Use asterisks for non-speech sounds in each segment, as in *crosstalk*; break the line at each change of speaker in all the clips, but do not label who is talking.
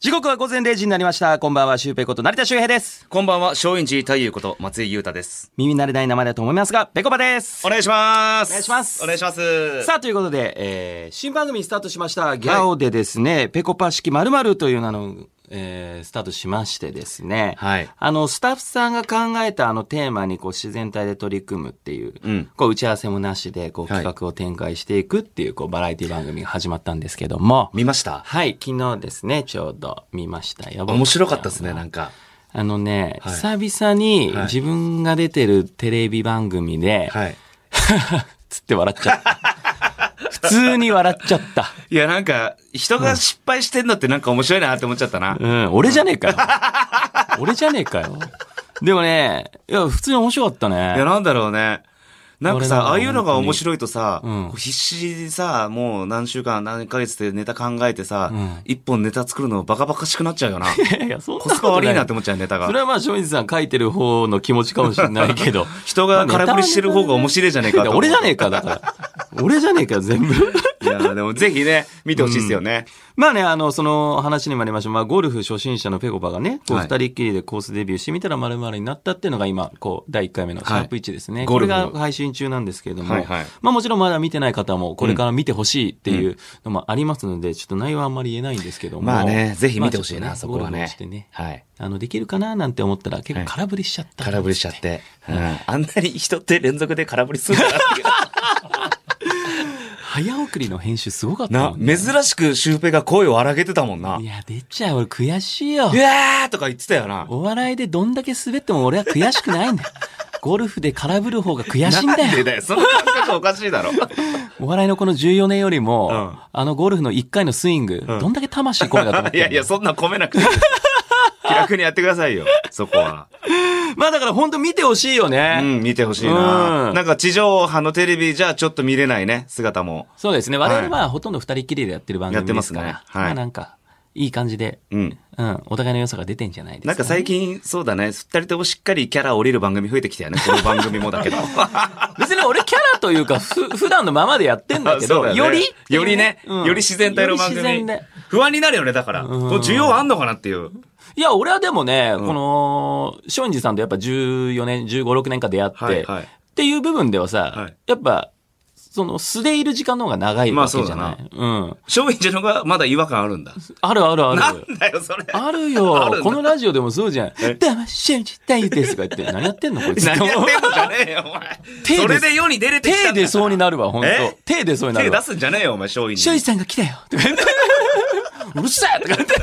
時刻は午前0時になりました。こんばんは、シュウペイこと成田修平です。
こんばんは、松陰寺太夫こと松井裕太です。
耳慣れない生だと思いますが、ペコパです。
お願いしま
お
す。
願いします
お願いします。
さあ、ということで、えー新番組スタートしました、ギャオでですね、ペコパ式〇〇という名の、えースタートしましてですね、
はい
あの、スタッフさんが考えたあのテーマにこう自然体で取り組むっていう、
うん
こう打ち合わせもなしで、こう
はい
企画を展開していくっていう、こうバラエティ番組が始まったんですけども、
見ました
はい、昨日ですね、ちょうど見ましたよ。
面白かったですね、
僕
なんか。
あのね、
はい
久々に
はい
自分が出てるテレビ番組で、
はい。
つって笑っちゃった。 *laughs* 普通に笑っちゃった。
いや、なんか、人が失敗してんのってなんか面白いなって思っちゃったな。
うん、俺じゃねえかよ。俺じゃねえかよ。でもね、いや、普通に面白かった
いや、
ね。
なんだろうね。なんか
俺なん
さ、
か
ああいうのが面白いとさ、
うん
こう必死にさ、もう何週間、何ヶ月でネタ考えてさ
うん、
一、本ネタ作るのバカバカしくなっちゃう *laughs* よ
*laughs*
な。
いやいや、そんな
コ
こと
スパ悪いなって
い
思っちゃう、ネタが
それ。はまあ、松陰寺さん書いてる方の気持ちかもしれないけど。
*laughs* 人が空振りしてる方が面白いじゃねえか
い
と
や
思う
俺じゃねえか、だから。俺じゃねえか、全部。
いや、でもぜひね、見てほしいですよね。
まあね、あの、その話にもありました、まあ、ゴルフ初心者のペコパがね、こう、
は
二
い
人っきりでコースデビューしてみたら丸々になったっていうのが今、こう、第一回目のシャープ1ですね。
い
これが
ゴルフ
配信中なんですけれども、
はいはい
まあもちろんまだ見てない方も、これから見てほしいっていうのもありますので、ちょっと内容はあんまり言えないんですけども。
まあね、ぜひ見てほしいな、
まあち
そ
ょっと
こは
ゴルフを
ね
してね。。
はい。
あの、できるかななんて思ったら、結構
はい
空振りしちゃった、
空振りしちゃっ。て。うん。
*laughs*
あんなに人って連続で空振りするんだ
早送りの編集すごかった
な
も、ん *laughs* ね。
珍しくシュウペイが声を荒げてたもんな。
いうや、出ちゃう。俺悔しいよ。
わーとか言ってたよな。
お笑いでどんだけ滑っても俺は悔しくないん
*laughs*
だよ。ゴルフで空振る方が悔しいんだ
なんで
よ。
だよ。その感覚おかしいだろ。
お笑いのこの14年よりも、
うん
あのゴルフの1回のスイング、どんだけ魂込めたと思っ
*laughs* い
てんの
やいや、そんなん込め
*laughs*
なくていいです。気楽にやってくださいよ、そこは。
まあだから本当見てほしいよね。
うん、見てほしいな。
うん
なんか地上波のテレビじゃちょっと見れないね、姿も。
そうですね。我々はほとんど2人きりでやってる番組ですから。
やってますねはい
まあなんか、いい感じで、
うん。
うん、お互いの良さが出てんじゃないですか、
なんか最近、そうだね、二人ともしっかりキャラ降りる番組増えてきたよね、この番組もだ
*laughs*
けど。
別に俺キャラというか、ふ、普段のままでやってんだけ
*laughs* そ
ど、
うだよね
より
よりね、
うん
より自然体の番
より自
組
然で。
不安になるよね、だから。この需要あんのかなっていう。
いや、俺はでもね、
ん
この、松陰寺さんとやっぱ14年、15、6年間出会って、
はいはい
っていう部分ではさ、
はい
やっぱ、その、素でいる時間の方が長いわけじゃない、
ま
うん。
松陰寺の方がまだ違和感あるんだ。
あるあるあ
な
る。
んだよ、それ。
あるよ
*laughs* あるんだ
このラジオでもそうじゃん。
え
だましゅんじたいですとか言って、何やってんのこれ。
何やってんのじゃねえよ、お前。
手で
それで世に出れてきた
手
んだ
出そうになるわ、本
え
当手出そうにな
手
る
出
わ。
すんじゃねえよ、お前、松陰
松陰
寺。
寺さんが来たよとか言って。うるせえとか言って。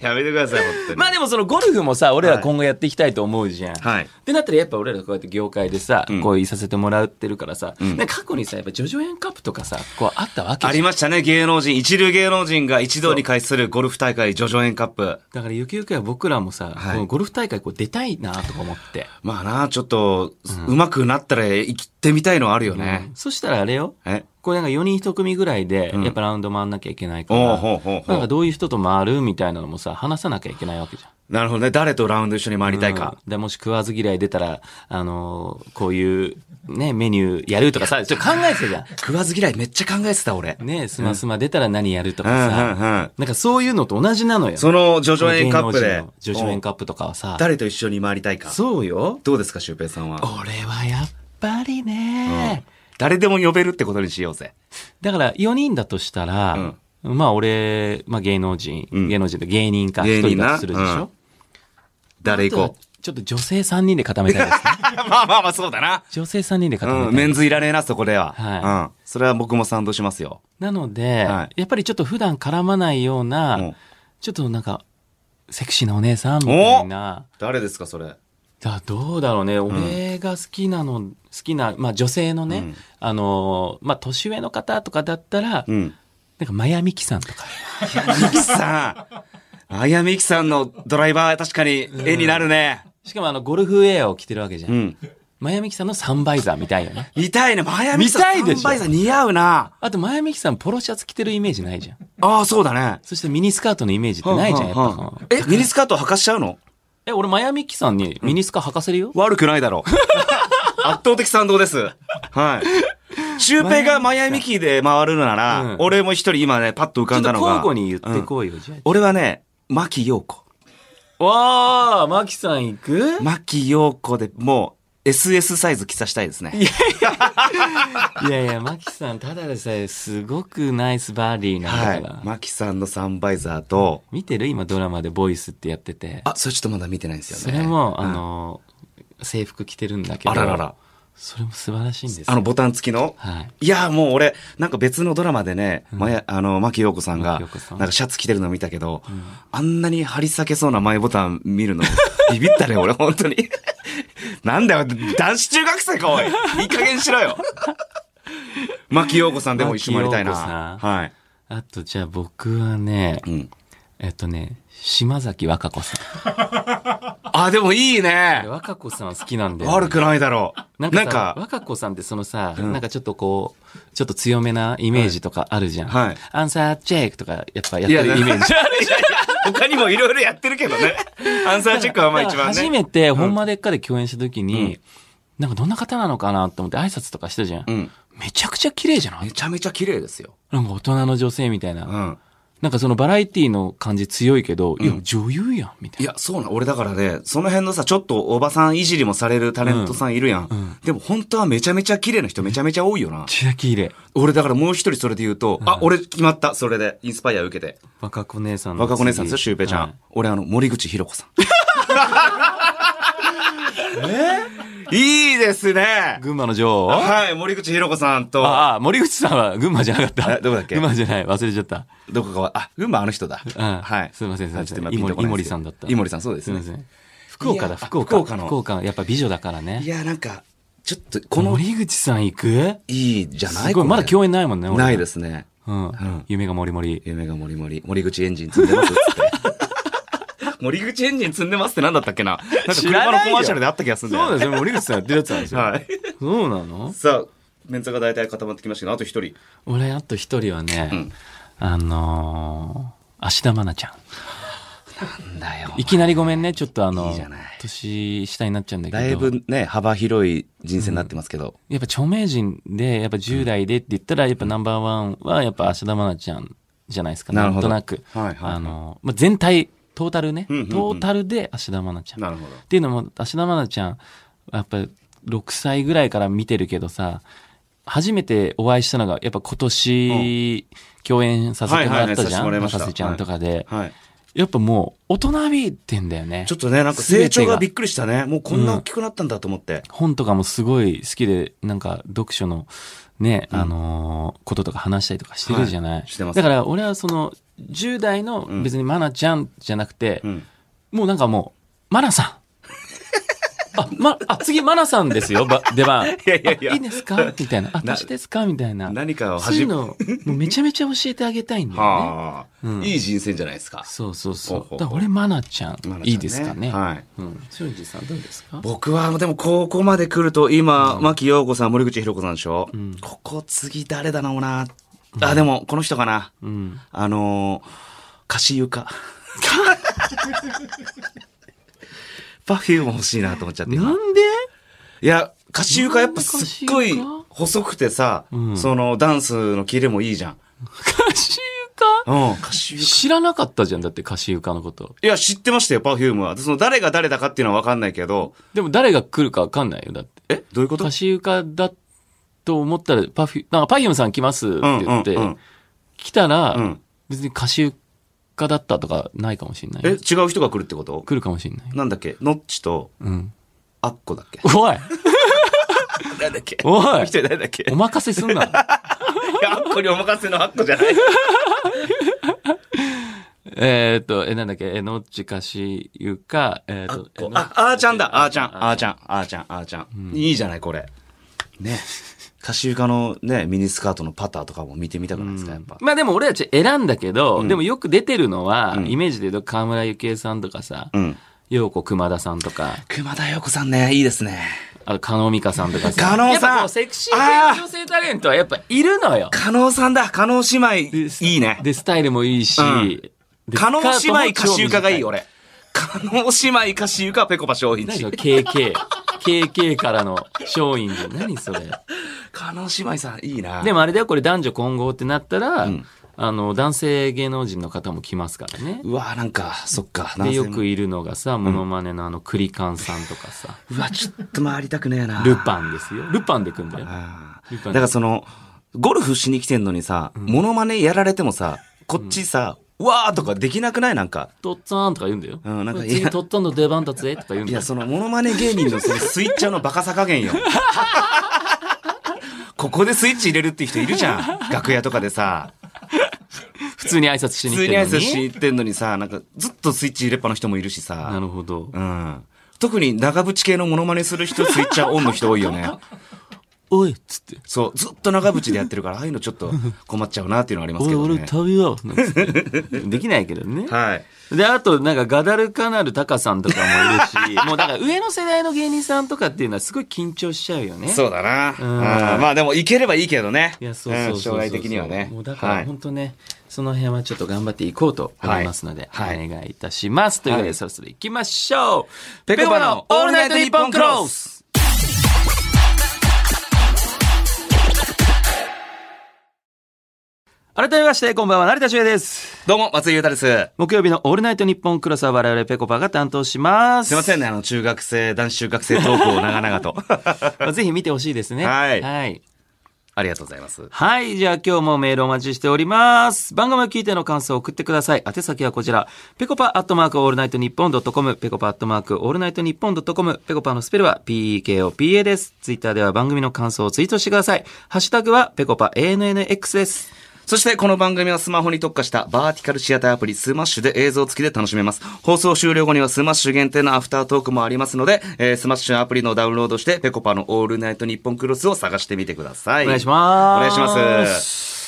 やめてください、本当に。
まあでもそのゴルフもさ、俺ら今後やっていきたいと思うじゃん。
はい
ってなったらやっぱ俺らこうやって業界でさ、
ん
こういさせてもらってるからさ、
ん
なんか過去にさ、やっぱジョジョエンカップとかさ、こうあったわけ
あ
じゃ
り
ん。
ましたね、芸能人、一流芸能人が一堂に会するゴルフ大会、ジョジョエンカップ。
だからゆくゆくは僕らもさ、
はい
このゴルフ大会こう出たいなとか思って。
まあな、ちょっと、うまくなったら生きてみたいのはあるよね。
そしたらあれよ、
え
こうなんか4人1組ぐらいで、
ん
やっぱラウンド回んなきゃいけないか
おう
ら、
ほうほうほ
なんか
う。
どういう人と回るみたいなのもさ、話さなきゃいけないわけじゃん。
なるほどね。誰とラウンド一緒に回りたいか。
でもし食わず嫌い出たら、あのーこういう、ね、メニューやるとかさ、ちょっと考えてたじゃん。
食わず嫌いめっちゃ考えてた、俺。
ねスマスマ出たら何やると
う
か
んうん
さ、
うん。
なんかそういうのと同じなのよ。
その、ジョジョエンカップ
芸
で
能人の。ジョジョエンカップとかはさ、
誰と一緒に回りたいか。
そうよ。
どうですか、シュウペイさんは。
俺はやっぱりね、
誰でも呼べるってことにしようぜ。
だから4人だとしたら、まあ俺、まあ芸能人、
うん
芸能人と芸人か、一
芸
人
人な
だとするでしょ、
誰
あとは
行こ
ちょっと女性3人で固めたいですね。
う。 *laughs* まあまあまあ、そうだな。
女性3人で固めたい。
うん、メンズいらねえな、そこでは。
は
うん。それは僕も賛同しますよ。
なので、
はい
やっぱりちょっと普段絡まないような、
うん
ちょっとなんか、セクシーなお姉さんみたいな。
誰ですか、それ。
だどうだろうね。俺が好きなの、好きな、まあ女性のね、
うん
あのー、まあ年上の方とかだったら、
うん。
なんかマヤミキさんとか。
ミキさん。あやみきさんのドライバー、確かに絵になるね。
しかもあの、ゴルフウェアを着てるわけじゃん。
うん。
マヤミキさんのサンバイザーみたいよ
*laughs*
ね。
見たいね。マヤミキさん。
見たいでしょ
サンバイザー似合うな。
あと、マヤミキさんポロシャツ着てるイメージないじゃん。
ああ、そうだね。
そしてミニスカートのイメージってないじゃん、やっ
はあ
ぱ
は。あえ、ミニスカート履かしちゃうの
え、俺マヤミキさんに *laughs* ミニスカ履かせるよ。
悪くないだろう。圧倒的賛同です。はい。シュウペイがマイアミキーで回るのなら、
うん
俺も一人今ね、パッと
ちょ
浮か
っ
ん
と
だの
交
が。
互に言って
うん
こうよ、じゃ
俺はね、牧陽子。
あ。わあ、マキさん行く
牧陽子で、もう、SS サイズ着さしたいですね。
いやいや、マキさん、ただでさえ、すごくナイスバディな
は
ん
い
だから。。
牧さんのサンバイザーと、
見てる今ドラマでボイスってやってて。
あ、それちょっとまだ見てないんです
そ
よね。
れも、
うん
あ、の、制服着てるんだけど。
あららら。
それも素晴らしいんですよ
あの、ボタン付きの
はい。
いや、もう俺、なんか別のドラマでね、
うん
前、あの、牧陽子さんが、
牧陽
なん
子さん
かシャツ着てるの見たけど、
ん
あんなに張り裂けそうな前ボタン見るの、ビビったね、俺、本当に。 *laughs* なんだよ、男子中学生か、おい。いい加減にしろよ。牧陽子さんでも一緒にやりたいな。
牧陽子さ
はい。
あと、じゃあ僕はね
う、ん。
えっとね、島崎和歌子さ
あ、でもいいね
ん。。和歌子さん好きなんだよね、
悪くないだろう。
な
なんん
かさ、
か
和歌子さんってそのさ、
うん
なんかちょっとこう、ちょっと強めなイメージとかあるじゃん。
はい
アンサーチェイクとか、やっぱやってるイ
*laughs*
メージ。
ジあるじゃん。他にもいろいろやってるけどね。アンサーチェックはまあ一番ね。
初めて、ほんまでっかで共演した時に、なんかどんな方なのかなと思って挨拶とかしたじゃん。
うん。
めちゃくちゃ綺麗じゃない
めちゃめちゃ綺麗ですよ。
なんか大人の女性みたいな。
うん。
なんかそのバラエティの感じ強いけど、いや、女優やん、みた
い
いな。
や、そうなん、俺だからね、その辺のさ、ちょっとおばさんいじりもされるタレントさんいるやん。
ん
でも本当はめちゃめちゃ綺麗な人めちゃめちゃ多いよな。
ちらきれ。
俺だからもう一人それで言うと、あ、俺決まった、それで。インスパイア受けて。
若子姉さんの次。
若子姉さんですよ、シュウペイちゃん。
はい
俺あの、森口博子さん。
*laughs*
えいいですね。
群馬の女王
はい、森口博子さんと、
ああ、森口さんは *laughs* 群馬じゃなかった。
えどこだっけ
群馬じゃない。忘れちゃった。
どこかは、あ、群馬あの人だ。
うん
はい。
すいませんすいません
あちょっと今ピンとこ
井森
ない
井森
です
さんだった
井森さん、そうです
すい
ね
ま。せん。福岡だ、
いや
福岡。
福岡の
福岡、やっぱ美女だからね。
いや、なんか、ちょっと、こ
この
の、い
森口さん行く
いじゃない
すごい、まだ共演ないもんね、俺
ないで。すね。
うん。
ん
夢がもりもり。
夢がもりもり、森口エンジン積んでますっつって。 *laughs* 森口エンジン積んでますってなんだったっけななんか
知ら
車
ない
の
よ
コマーシャルであった気がするんだよ。
そうですよ、森口さんやってるやつなんですよ。
*laughs* はい。
そうなの
さあ、メンツが大体固まってきましたけど、あと一人。
俺、あと一人はね、
ん
あのー、芦田愛菜ちゃん。
だよ
いきなりごめんね、ちょっとあの、
いいじゃない
年下になっちゃうんだけど。
だいぶね、幅広い人生になってますけど。
やっぱ著名人で、やっぱ10代でって言ったら、やっぱナンバーワンは、やっぱ芦田愛菜ちゃんじゃないですか。
な
な
る
ん
ほ
と
ど
なく。
はいはいはい
あの、まあ、全体、トータルね。
うんうんうん
トータルで芦田愛菜ちゃん。っ
るほど。
ていうのも、芦田愛菜ちゃん、やっぱ6歳ぐらいから見てるけどさ、初めてお会いしたのが、やっぱ今年、共演させてもらったじゃ
はいはいはいさせても
ん。
らいました
博士ちゃんとかで。
はい。
やっぱもう、大人びてんだよね。
ちょっとね、なんか成長がびっくりしたね。もうこんな大きくなったんだと思って。
本とかもすごい好きで、なんか読書のね、あのーこととか話したりとかしてるじゃない、
はいしてます
だから俺はその、10代の別にマナちゃんじゃなくて、
ん。
もうなんかもう、マナさん
*laughs*
あ、ま、あ、次、マナさんですよ、ば、出番。い
や *laughs* いやいや
いいですかみたいな。あ、
な
私ですかみたいな。
何かを
そういう
始め、
の、もうめちゃめちゃ教えてあげたいんだよね。
はあ、
うん
いい人生じゃないですか。
そうそうそう。
ほうほうほう
だから俺、マナちゃん、
まだ
いいですかね。
はい。
うん。俊二さんどうですか
僕は、でも、ここまで来ると、今、牧陽子さん、森口博子さんでしょ、ここ、次、誰だろうな。あ、でも、この人かな。
うん。
あのー、カシユカ。 *laughs* パフューム欲しいなと思っちゃって、今。
なんで *laughs*
いや、カシユカやっぱすっごい
カシユカ
細くてさ、
ん
その、ダンスのキレもいいじゃん。
カシウカ
うん、カシユカ。
知らなかったじゃん、だってカシウカのこと。
いや、知ってましたよ、パフュームは。でその、誰が誰だかっていうのは分かんないけど、
でも誰が来るかわかんないよ、だって。
えどういうこと
カシウカだと思ったら、パフュ、なんかパフュームさん来ますって言って、
うんうんうん
来たら、
うん
別にカシウカだったとかないかもしれない
え、
よ。
違う人が来るってこと
来るかもしれないよ。
なんだっけノッチと、
うん。
アッコだっ *laughs* け
おい
誰だっけ
お
一
い
人誰だっけ
お任せすんな。
いやアッコにお任せのアッコじゃない。
えーっと、え、なんだっけ、え、ノッチカシウカ、えーっと、えの
あ、あーちゃんだ、あーちゃん、あーちゃん、あーちゃん、あーちゃん。いいじゃない、これ。ね。カシウカのね、ミニスカートのパターとかも見てみたくないですか、やっぱ。
まあでも俺たち選んだけど、でもよく出てるのは、
うん
イメージで言うと河村ゆきえさんとかさ、
うん。
ようこ熊田さんとか、
熊田曜子さんね、いいですね。
あと、加納美香さんとか
*laughs*
さ。
加納さん
やっぱこうセクシー系の女性タレントはやっぱいるのよ。
加納さんだ、加納姉妹、いいね。
で、スタイルもいいし。
うん
で
加納
スカートも
姉妹、カシウカがいい、
超短
俺。加納姉妹、カシウカ、ペコパ商品
何
地
そ。れ ?KK。KK からの松陰寺。何それ
加納姉妹さん、いいな。
で
も、
もあれだよ、これ男女混合ってなったら、
うん
あの、男性芸能人の方も来ますからね。
うわ、なんか、そっか。
で、
男性
よ
も
くいるのがさ、モノマネのあの、クリカンさんとかさ、
うわ、ちょっと回りたくねえな。
ルパンですよ。ルパンで組んだよ。
あ
ル
ー。
パン
だからその、ゴルフしに来てんのにさ、モノマネやられてもさ、こっちさ、うわーとかできなくないなんか。
とっつぁんとか言うんだよ。
うんなんかいや
次とっつぁんの出番だぜとか言うん
い
だよ
や、。その、モノマネ芸人のそのスイッチャーのバカさ加減
*laughs*
よ。ここでスイッチ入れるっていう人いるじゃん。楽屋とかでさ、
普通に挨拶し
普
に来て
通
る
に
の
挨
に。
拶しに行ってんのにさ、なんかずっとスイッチ入れっぱの人もいるし
な
さ、
るほど。
うん。特に長渕系のモノマネする人、スイッチャーオンの人多いよね。
おいっつって。
そう、ずっと長渕でやってるから、ああいうのちょっと困っちゃうなっていうのはあります
お
け
い、
ど
俺
ね。
旅だわ。なんつっ
*laughs*
てできないけどね。
はい。
で、あと、なんか、ガダルカナルタカさんとかも
*laughs*
いるし、もうだから上の世代の芸人さんとかっていうのはすごい緊張しちゃうよね。
そうだな。
ん
うんまあでも、いければいいけどね。
いや、そうそうそうそう
うん将来的にはね。
もうだから
はい
本当ね、その辺はちょっと頑張っていこうと思いますので、
はいはい
お願いいたします。ということで、そろそろ行きましょう。
ペコパのオールナイトニッポンクローズ
改めまして、こんばんは、成田修也です。
どうも、松井裕太です。
木曜日のオールナイトニッポンクロスは我々ペコパが担当します。
すいませんね、あの、中学生、男子中学生トークを長々と。 *laughs*
ん。ぜひ見てほしいですね。
はい
はい。
ありがとうございます。
はい。じゃあ今日もメールお待ちしております。番組を聞いての感想を送ってください。宛先はこちら。ぺこぱアットマークオールナイトニッポンドットコム。ぺこぱアットマークオールナイトニッポンドットコム。ぺこぱのスペルは PEKOPA です。ツイッターでは番組の感想をツイートしてください。ハッシュタグはぺこぱ ANNX です。
そしてこの番組はスマホに特化したバーティカルシアターアプリスーマッシュで映像付きで楽しめます。放送終了後にはスマッシュ限定のアフタートークもありますので、えースマッシュのアプリのダウンロードして、ぺこぱのオールナイトニッポンクロスを探してみてください。
お願いします。
お願いします。